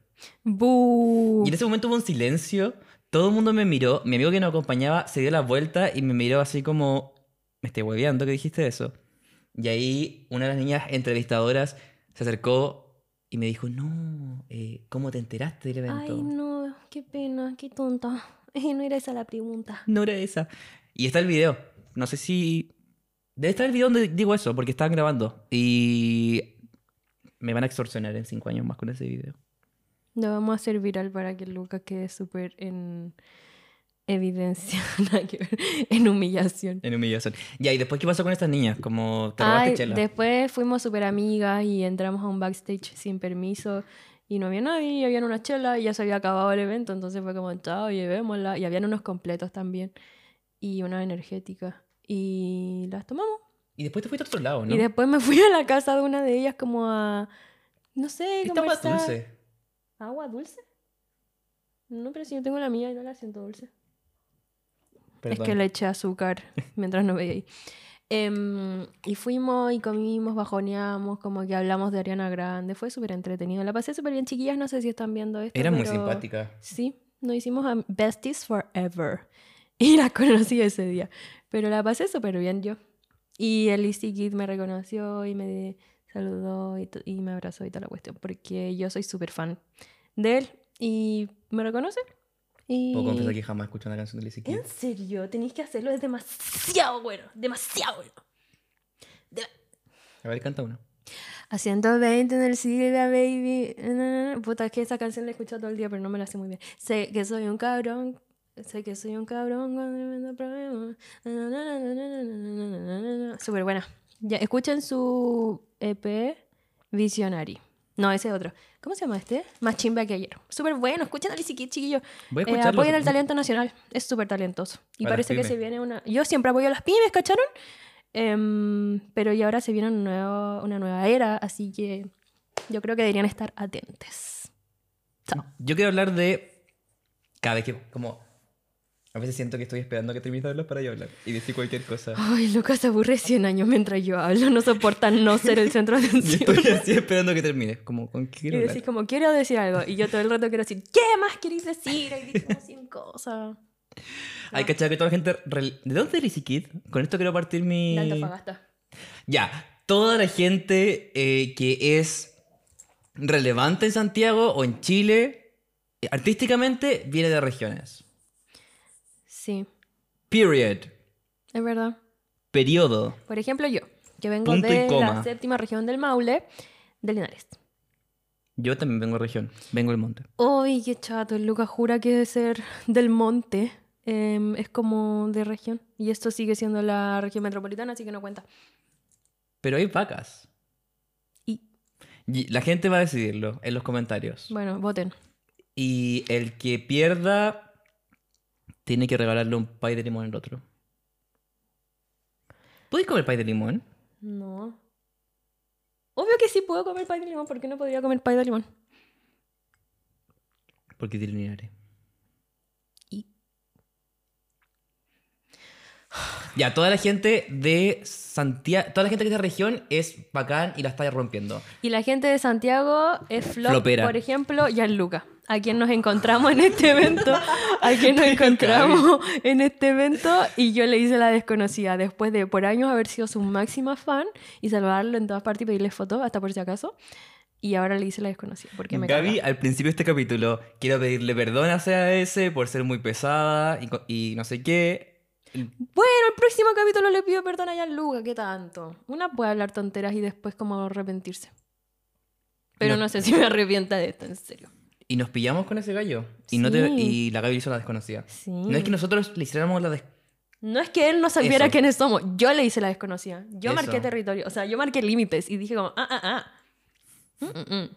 ¡Bú! Y en ese momento hubo un silencio, todo el mundo me miró, mi amigo que nos acompañaba se dio la vuelta y me miró así como, me estoy hueveando que dijiste eso. Y ahí una de las niñas entrevistadoras se acercó y me dijo, no, eh, ¿cómo te enteraste del evento? Ay, no. no, qué pena, qué tonta. No era esa la pregunta. era esa. Y está el video, no sé si... Debe estar el video donde digo eso, porque estaban grabando. Y me van a extorsionar en cinco años más con ese video. Lo vamos a hacer viral para que Lucas quede súper en, Evidencia, nada que ver, en humillación. En humillación. Ya, ¿y después qué pasó con estas niñas? Como te robaste Ay, chela. después fuimos súper amigas y entramos a un backstage sin permiso y no había nadie, y habían una chela y ya se había acabado el evento, entonces fue como, chao, llevémosla. Y habían unos completos también y una energética y las tomamos. Y después te fuiste a otro lado, ¿no? Y después me fui a la casa de una de ellas como a, no sé, Esta agua conversar. dulce. ¿Agua dulce? No, pero si yo tengo la mía y no la siento dulce. Es que Perdón. le eché azúcar mientras no veía ahí. Em, y fuimos y comimos, bajoneamos, como que hablamos de Ariana Grande. Fue súper entretenido. La pasé súper bien, chiquillas. No sé si están viendo esto. Eran muy pero- simpáticas. Sí, nos hicimos am- besties forever. Y la conocí ese día. Pero la pasé súper bien yo. Y el Easy Kid me reconoció y me saludó y, to- y me abrazó y toda la cuestión. Porque yo soy súper fan de él y me reconoce. Y... Puedo confesar que jamás escuché una canción de Lizzy Kid. ¿En serio? Tenéis que hacerlo, es demasiado bueno, demasiado bueno. A ver, canta una. A 120 en el Silvia, baby. na, na, na. Puta, es que esa canción la he escuchado todo el día, pero no me la sé muy bien. Sé que soy un cabrón, sé que soy un cabrón cuando me da problemas. na, na, na, na, na, na, na, na, na, na. Súper buena. Ya, escuchen su EP Visionary. No, ese es otro. ¿Cómo se llama este? Más chimba que ayer. Súper bueno. Escuchen a Lizzy Kid, chiquillos. Voy a Eh, escucharlo. apoyen al talento nacional, es súper talentoso. Y A las parece que pymes. se viene una... Yo siempre apoyo a las pymes, ¿cacharon? Em, pero y ahora se viene un nuevo- una nueva era, así que yo creo que deberían estar atentos. Yo quiero hablar de. Cada vez que. Como. A veces siento que estoy esperando que termine de hablar para yo hablar y decir cualquier cosa. Ay, Lucas se aburre 100 años mientras yo hablo, no soporta no ser el centro de Y atención. estoy así esperando que termine. Como, ¿con qué Y quiero decís hablar? como, quiero decir algo. Y yo todo el rato quiero decir, ¿qué más queréis decir? Y dices como 100 cosas. Hay cachado que toda la gente. rel- ¿De dónde es Lizzy Kid? Con esto quiero partir mi. De Antofagasta. Ya, toda la gente eh, que es relevante en Santiago o en Chile, eh, artísticamente, viene de regiones. Sí, Period. es verdad. Periodo. Por ejemplo, yo, que vengo Punto y de la coma. séptima región del Maule, de Linares. Yo también vengo de región. Vengo del monte. Uy, qué chato, el Lucas jura que debe ser del monte. em, es como de región. Y esto sigue siendo la región metropolitana, así que no cuenta. Pero hay vacas. Y Y la gente va a decidirlo en los comentarios. bueno, voten. Y el que pierda tiene que regalarle un pay de limón al otro. ¿Puedes comer pay de limón? No. Obvio que sí puedo comer pay de limón, ¿por qué no podría comer pay de limón? Porque tiene lineares. Y- Ya, toda la gente de Santiago, toda la gente que es de región es bacán y la está rompiendo. Y la gente de Santiago es flop, Flopera. por ejemplo, y al Luca, a quien nos encontramos en este evento, a quien nos encontramos en este evento, y yo le hice la desconocida después de por años haber sido su máxima fan y salvarlo en todas partes y pedirle fotos, hasta por si acaso, y ahora le hice la desconocida porque me Gaby, caga. al principio de este capítulo, quiero pedirle perdón a CAS por ser muy pesada y, co- y no sé qué. Bueno, el próximo capítulo le pido perdón a Jan Luca, ¿qué tanto? Una puede hablar tonteras y después como arrepentirse. Pero No. no sé si me arrepienta de esto, en serio. Y nos pillamos con ese gallo. Y, no te- Sí. y la Gaby hizo la desconocida. Sí. No es que nosotros le hiciéramos la desconocida. No es que él no sabiera Eso. quiénes somos. Yo le hice la desconocida. Yo Eso. marqué territorio. O sea, yo marqué límites y dije como, ah, ah, ah. Mm, mm, mm.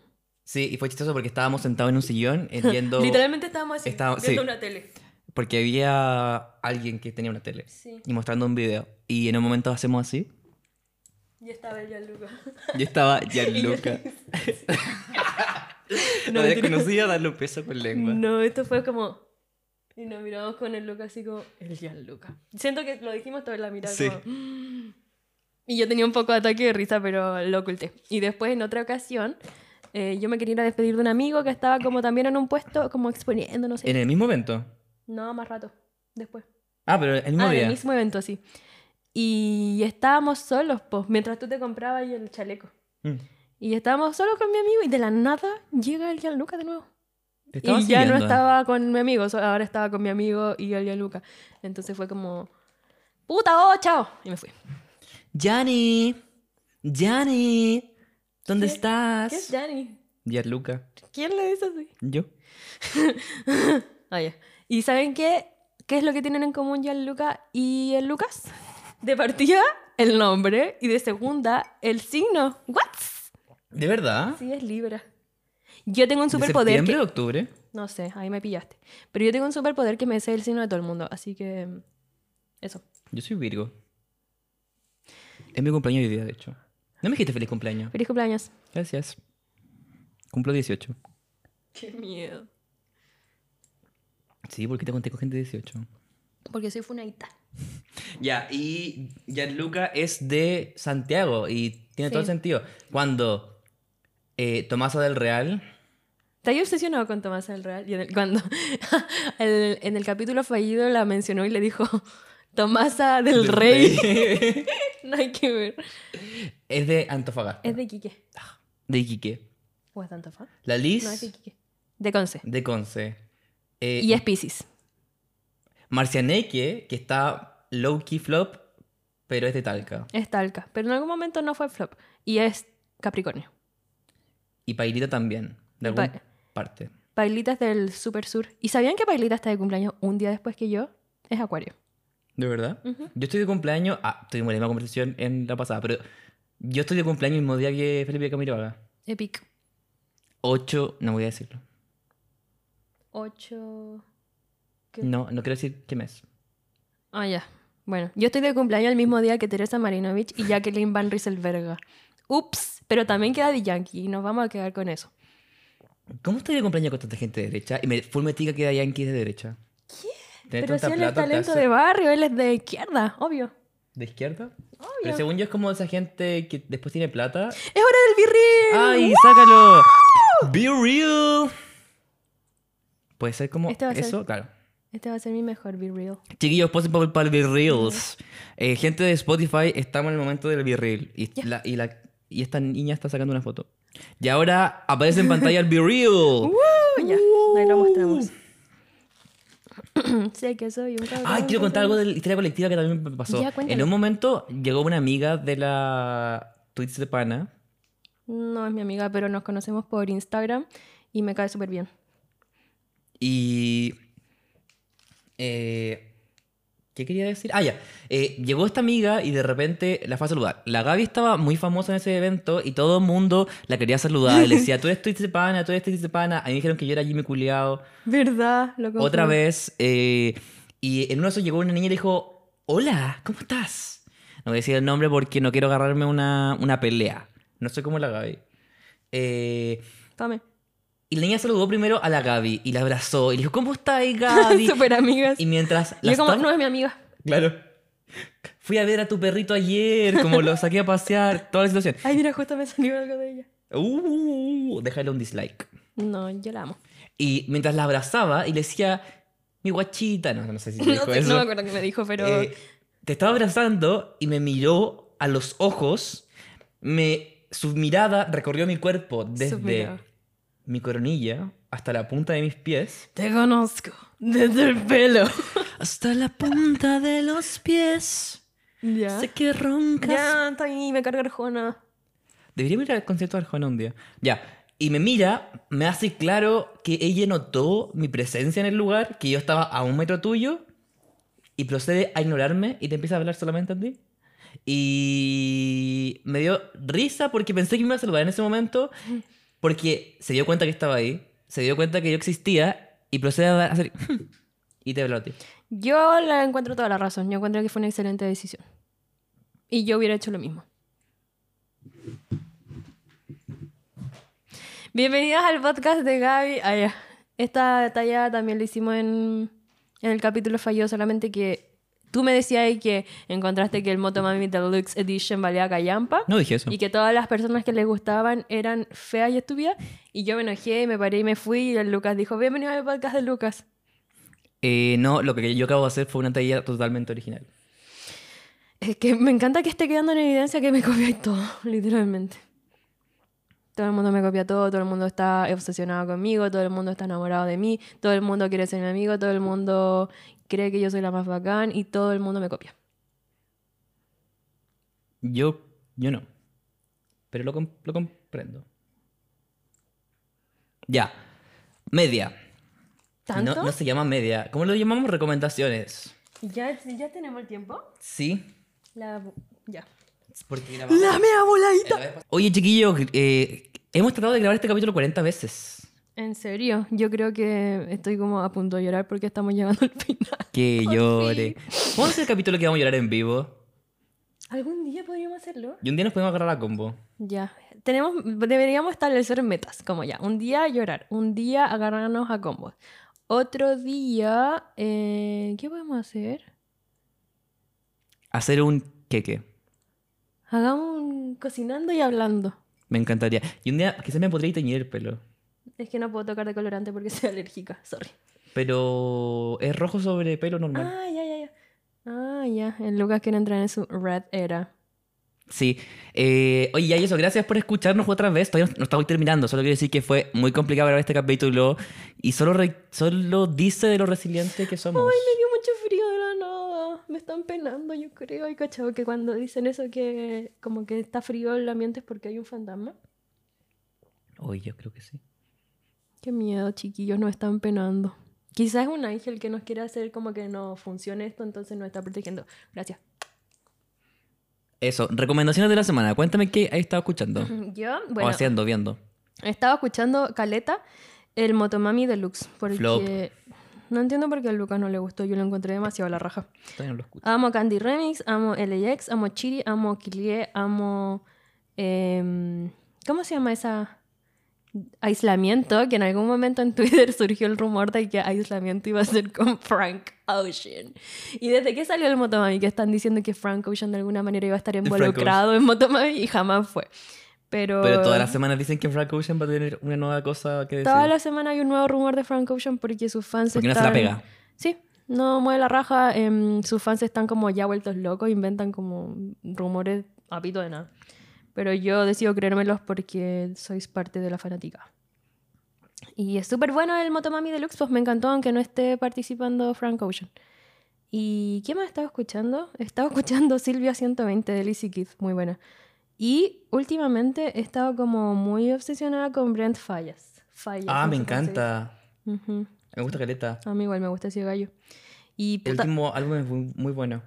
Sí, y fue chistoso porque estábamos sentados en un sillón eh, viendo. Literalmente estábamos así, Estaba- viendo sí. una tele. Porque había alguien que tenía una tele. Sí. Y mostrando un video. Y en un momento hacemos así. Y estaba el Gianluca. Yo estaba Gianluca. No, no, mentira. desconocía darle un peso con lengua. No, esto fue como... Y nos miramos con el Luca así como, el Gianluca. Siento que lo dijimos todo en la mirada Sí. como, "Mm". Y yo tenía un poco de ataque de risa, pero lo oculté. Y después, en otra ocasión, eh, yo me quería ir a despedir de un amigo que estaba como también en un puesto, como exponiendo, no sé. En el mismo evento. No, más rato. Después. Ah, pero el mismo Ah, en día. el mismo evento, sí. Y estábamos solos, pues, mientras tú te comprabas ahí el chaleco. Mm. Y estábamos solos con mi amigo y de la nada llega el Gianluca de nuevo. Y Te estaba ya no siguiendo. estaba con mi amigo, so- ahora estaba con mi amigo y el Gianluca. Entonces fue como, puta, oh, chao. Y me fui. Gianni. Gianni. ¿Dónde ¿Qué? estás? ¿Qué es Gianni? Gianluca. ¿Quién le dice así? Yo. Ah, ya. Y ¿saben qué? ¿Qué es lo que tienen en común Gianluca y el Lucas? De partida, el nombre. Y de segunda, el signo. ¿What? ¿De verdad? Sí, es Libra. Yo tengo un ¿De superpoder septiembre que... o octubre? No sé, ahí me pillaste. Pero yo tengo un superpoder que me sé el signo de todo el mundo. Así que... Eso. Yo soy Virgo. Es mi cumpleaños hoy día, de hecho. No me dijiste feliz cumpleaños. Feliz cumpleaños. Gracias. Cumplo 18. Qué miedo. Sí, porque te conté con gente de 18. Porque soy funaita. Ya, y Gianluca es de Santiago y tiene todo el Sí. sentido. Cuando eh, Tomasa del Real, Está obsesionado con Tomás del Real. Y en el- cuando el- en el capítulo fallido la mencionó y le dijo Tomasa del, Del Rey. no hay que ver. es de Antofagasta, Es de Quique. de Iquique. ¿O es de Antofagasta? La Liz, No, es de Quique. De Conce. de Conce. Eh, Y es Pisces. Marcianeque, que está low-key flop, pero es de Talca. Es Talca. Pero en algún momento no fue flop. Y es Capricornio. Y Pairita también, de alguna Pa- parte. Pailita es del Super Sur. ¿Y sabían que Pailita está de cumpleaños un día después que yo? Es Acuario. ¿De verdad? Ujú. Yo estoy de cumpleaños. Ah, tuvimos la misma conversación en la pasada, pero yo estoy de cumpleaños el mismo día que Felipe Camiroaga. Epic. 8, no voy a decirlo. 8. ¿Qué? No, no quiero decir qué mes. Ah, ya. Bueno, yo estoy de cumpleaños el mismo día que Teresa Marinovich y Jacqueline Van Rieselberga. Ups, pero también queda de Yankee y nos vamos a quedar con eso. ¿Cómo estoy de cumpleaños con tanta gente de derecha? Y me full me tica que da Yankees de derecha. ¿Qué? Pero si él es talento de barrio, él es de izquierda, obvio. ¿De izquierda? Pero según yo es como esa gente que después tiene plata. ¡Es hora del birril! ¡Ay, sácalo! ¡Be real! Puede ser como Este va a ser- eso, claro. Este va a ser mi mejor birril. Oh, Chiquillos, posen por para el Virreels. Eh, gente de Spotify, estamos en el momento del Virreel. Y, Ya. la, y, la- y esta niña está sacando una foto. Y ahora aparece en pantalla el Virreel. Uh. ya, ahí lo mostramos. sé que soy un cabrón. Uh. Ay, quiero contar algo de la historia colectiva que también me pasó. Ya, cuéntalo. en un momento llegó una amiga de la Twitch de Pana. No es mi amiga, pero nos conocemos por Instagram y me cae súper bien. Y. eh, ¿Qué quería decir? Ah, ya. Eh, llegó esta amiga y de repente la fue a saludar. La Gaby estaba muy famosa en ese evento y todo el mundo la quería saludar. Y le decía, tú eres Tuitsepana, tú eres Tuitsepana. A mí me dijeron que yo era Jimmy Culeado. ¿Verdad? Lo confirmo. Otra vez. eh, y en uno de esos llegó una niña y le dijo, hola, ¿cómo estás? No voy a decir el nombre porque no quiero agarrarme una, una pelea. No soy como la Gaby. Eh, Tome. y la niña saludó primero a la Gaby y la abrazó y le dijo, ¿cómo estás, Gaby? Súper amigas. Y mientras la Yo como, estaba- no es mi amiga. Claro. Fui a ver a tu perrito ayer, como lo saqué a pasear, toda la situación. Ay, mira, justo me salió algo de ella. Uh, déjale un dislike. No, yo la amo. Y mientras la abrazaba y le decía, mi guachita, no, no sé si le No, dijo sé, no eso. me acuerdo qué me dijo, pero... Eh, te estaba abrazando y me miró a los ojos. Me, su mirada recorrió mi cuerpo desde mirada. mi coronilla hasta la punta de mis pies. Te conozco desde el pelo. Hasta la punta de los pies. Ya. Sé que roncas Ya, está ahí, me carga Arjona. Debería ir al concierto de Arjona un día. Ya. Y me mira, me hace claro que ella notó mi presencia en el lugar, que yo estaba a un metro tuyo, y procede a ignorarme y te empieza a hablar solamente a ti. Y me dio risa porque pensé que me iba a saludar en ese momento, porque se dio cuenta que estaba ahí, se dio cuenta que yo existía, y procede a hacer... Y te habló a ti. Yo la encuentro toda la razón. Yo encuentro que fue una excelente decisión. Y yo hubiera hecho lo mismo. Bienvenidas al podcast de Gaby. Ah, ya. Esta talla también la hicimos en, en el capítulo falló, solamente que tú me decías ahí que encontraste que el Motomami Deluxe Edition valía callampa. No dije eso. Y que todas las personas que les gustaban eran feas y estúpidas. Y yo me enojé y me paré y me fui. Y el Lucas dijo, bienvenido al podcast de Lucas. Eh, no, lo que yo acabo de hacer fue una talla totalmente original. Es que me encanta que esté quedando en evidencia que me copiáis todo, literalmente. Todo el mundo me copia todo, todo el mundo está obsesionado conmigo, todo el mundo está enamorado de mí, todo el mundo quiere ser mi amigo, todo el mundo cree que yo soy la más bacán y todo el mundo me copia. Yo, yo no. Pero lo, com- lo comprendo. Ya. Media. ¿Tanto? No, no se llama media. ¿Cómo lo llamamos? Recomendaciones. ¿Ya, ¿Ya tenemos el tiempo? Sí. La... Ya. Porque grabamos ¡La mea en la voladita! vez pas- Oye, chiquillo, eh, hemos tratado de grabar este capítulo 40 veces. En serio, yo creo que estoy como a punto de llorar porque estamos llegando al final. Que Por llore. ¿Cuándo es el capítulo que vamos a llorar en vivo? ¿Algún día podríamos hacerlo? Y un día nos podemos agarrar la combo. Ya. Tenemos, deberíamos establecer metas, como ya. Un día llorar, un día agarrarnos a combos. Otro día, eh, ¿qué podemos hacer? Hacer un queque. Hagamos un cocinando y hablando. Me encantaría. Y un día quizás me podría teñir el pelo. Es que no puedo tocar de colorante porque soy alérgica, sorry. Pero es rojo sobre pelo normal. Ah, ya, ya, ya. Ah, ya. El Lucas quiere entrar en su red era. Sí. Eh, oye, ya y eso, gracias por escucharnos otra vez. Todavía no, no estamos terminando. Solo quiero decir que fue muy complicado grabar este capítulo. Y solo, re- solo dice de lo resiliente que somos. Me dio mucho frío de la nada. Me están penando, yo creo. Ay, cachado, que cuando dicen eso que como que está frío el ambiente es porque hay un fantasma. Oye, yo creo que sí. Qué miedo, chiquillos, nos están penando. Quizás es un ángel que nos quiere hacer como que no funcione esto, entonces nos está protegiendo. Gracias. Eso, recomendaciones de la semana. Cuéntame qué has estado escuchando. Yo, bueno, O haciendo, viendo. estaba escuchando Caleta, el Motomami Deluxe, porque Flop. no entiendo por qué a Lucas no le gustó, yo lo encontré demasiado la raja. Todavía no lo escucho. Amo Candy Remix, amo LAX, amo Chiri, amo Kilie, amo... em, ¿Cómo se llama esa...? Aislamiento, que en algún momento en Twitter surgió el rumor de que aislamiento iba a ser con Frank Ocean. Y desde que salió el Motomami, que están diciendo que Frank Ocean de alguna manera iba a estar Frank involucrado en Motomami y jamás fue. Pero, Pero todas las semanas dicen que Frank Ocean va a tener una nueva cosa que decir. toda la semana hay un nuevo rumor de Frank Ocean porque sus fans Porque no se la están- pega. Sí, no mueve la raja. em, sus fans están como ya vueltos locos, inventan como rumores a pito de nada. Pero yo decido creérmelos porque sois parte de la fanática. Y es súper bueno el Motomami Deluxe, pues me encantó, aunque no esté participando Frank Ocean. ¿Y qué más estaba escuchando? Estaba escuchando Silvia 120 de Lizzy Kid, muy buena. Y últimamente he estado como muy obsesionada con Brent Fallas. Fallas Ah, no me sé cómo se dice. encanta. Ujú. Me gusta Caleta. A mí igual me gusta ese gallo. Y El puta, último álbum es muy, muy bueno.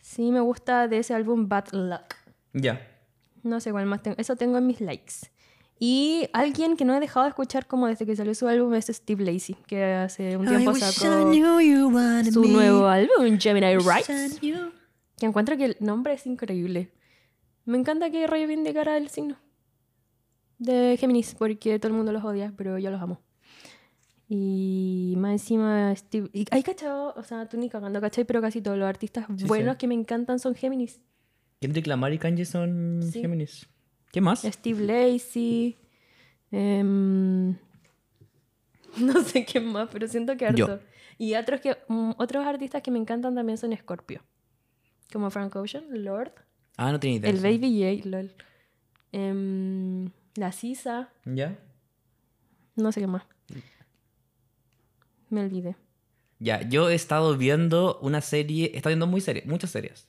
sí me gusta de ese álbum Bad Luck. Ya. No sé cuál más tengo. Eso tengo en mis likes. Y alguien que no he dejado de escuchar como desde que salió su álbum es Steve Lacey, que hace un tiempo sacó su nuevo álbum, Gemini Rights, que encuentro que el nombre es increíble. Me encanta que reivindicara el signo de Géminis, porque todo el mundo los odia, pero yo los amo. Y más encima, Steve... y- Ay, cachado, o sea, tú ni cagando, cachai, pero casi todos los artistas Sí, buenos sí. que me encantan son Géminis. Kendrick Lamar y Kanye son Sí. Géminis. ¿Qué más? Steve Lacey. em, no sé qué más, pero siento que harto. Yo. Y otros, que, mm, otros artistas que me encantan también son Scorpio. Como Frank Ocean, Lord, Ah, no tenía idea. el Baby J, lol. Em, la Sisa, ¿Ya? no sé qué más. Me olvidé. Ya, yo he estado viendo una serie, he estado viendo muy serie, muchas series.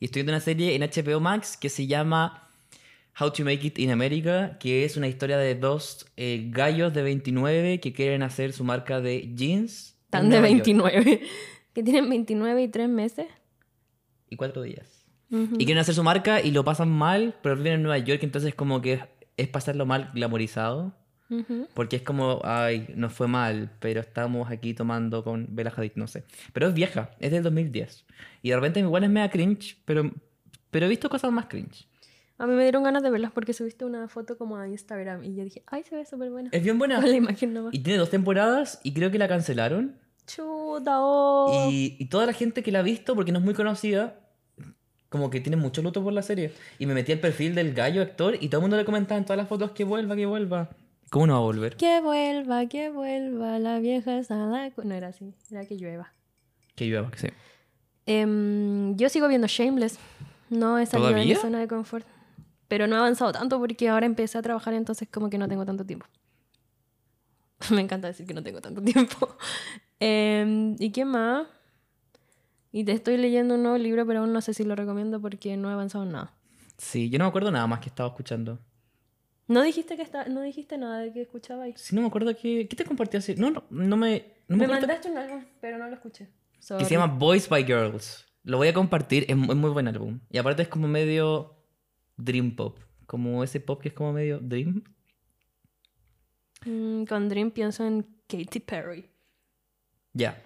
Y estoy viendo una serie en HBO Max que se llama How to Make It in America, que es una historia de dos eh, gallos de 29 que quieren hacer su marca de jeans. en Tan de Nueva York. 29. que tienen 29 y 3 meses. Y cuatro días. Ujú. Y quieren hacer su marca y lo pasan mal, pero viven en Nueva York, entonces como que es, es pasarlo mal glamorizado. Ujú. Porque es como, ay, nos fue mal, pero estamos aquí tomando con Bella Hadid, no sé. Pero es vieja, es del 2010. Y de repente igual es mega cringe, pero, pero he visto cosas más cringe. A mí me dieron ganas de verlas porque subiste una foto como a Instagram y yo dije, ay, se ve súper buena. Es bien buena. Con la imagen nomás. Eh, Y tiene dos temporadas y creo que la cancelaron. Chuta, oh. Y, y toda la gente que la ha visto, porque no es muy conocida, como que tiene mucho luto por la serie. Y me metí al perfil del gallo actor y todo el mundo le comentaba en todas las fotos que vuelva, que vuelva. ¿Cómo no va a volver? Que vuelva, que vuelva la vieja a la... cu- No era así, era que llueva. Que llueva, que sea. Em, yo sigo viendo Shameless. No he salido de mi ¿Todavía? zona de confort. Pero no he avanzado tanto porque ahora empecé a trabajar, entonces como que no tengo tanto tiempo. Me encanta decir que no tengo tanto tiempo. Em, ¿Y qué más? Y te estoy leyendo un nuevo libro, pero aún no sé si lo recomiendo porque no he avanzado en nada. Sí, yo no me acuerdo nada más que estaba escuchando. No dijiste que esta- no dijiste nada de que escuchaba Si no me acuerdo que... ¿Qué te compartí así? No, no, no me... no me me acuerdo- mandaste un álbum, pero no lo escuché. que Sorry. se llama Boys by Girls. Lo voy a compartir, es muy, muy buen álbum. Y aparte es como medio dream pop, como ese pop que es como medio dream. Mm, con Dream pienso en Katy Perry. Ya.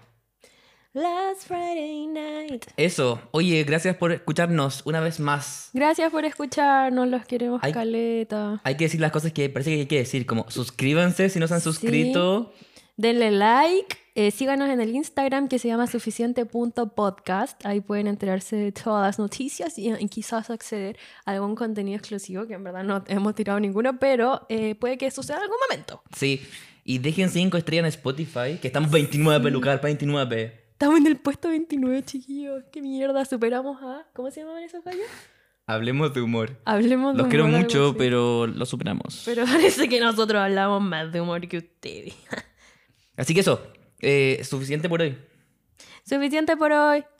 Last Friday night. Eso. Oye, gracias por escucharnos una vez más. Gracias por escucharnos, los queremos Ay. caleta. Hay que decir las cosas que parece que hay que decir, como suscríbanse si no se han Sí. suscrito. Denle like, eh, síganos en el Instagram que se llama suficiente.podcast. Ahí pueden enterarse de todas las noticias y, y quizás acceder a algún contenido exclusivo que en verdad no hemos tirado ninguno, pero eh, puede que suceda en algún momento. Sí. Y dejen 5 estrellas en Spotify, que estamos 29 lugar para 29. Estamos en el puesto 29, chiquillos. Qué mierda, superamos a... ¿Cómo se llamaban esos gallos? Hablemos de humor. Hablemos de Los quiero humor, algo mucho, así. pero lo superamos. Pero parece que nosotros hablamos más de humor que ustedes. Así que eso, eh, suficiente por hoy. Suficiente por hoy.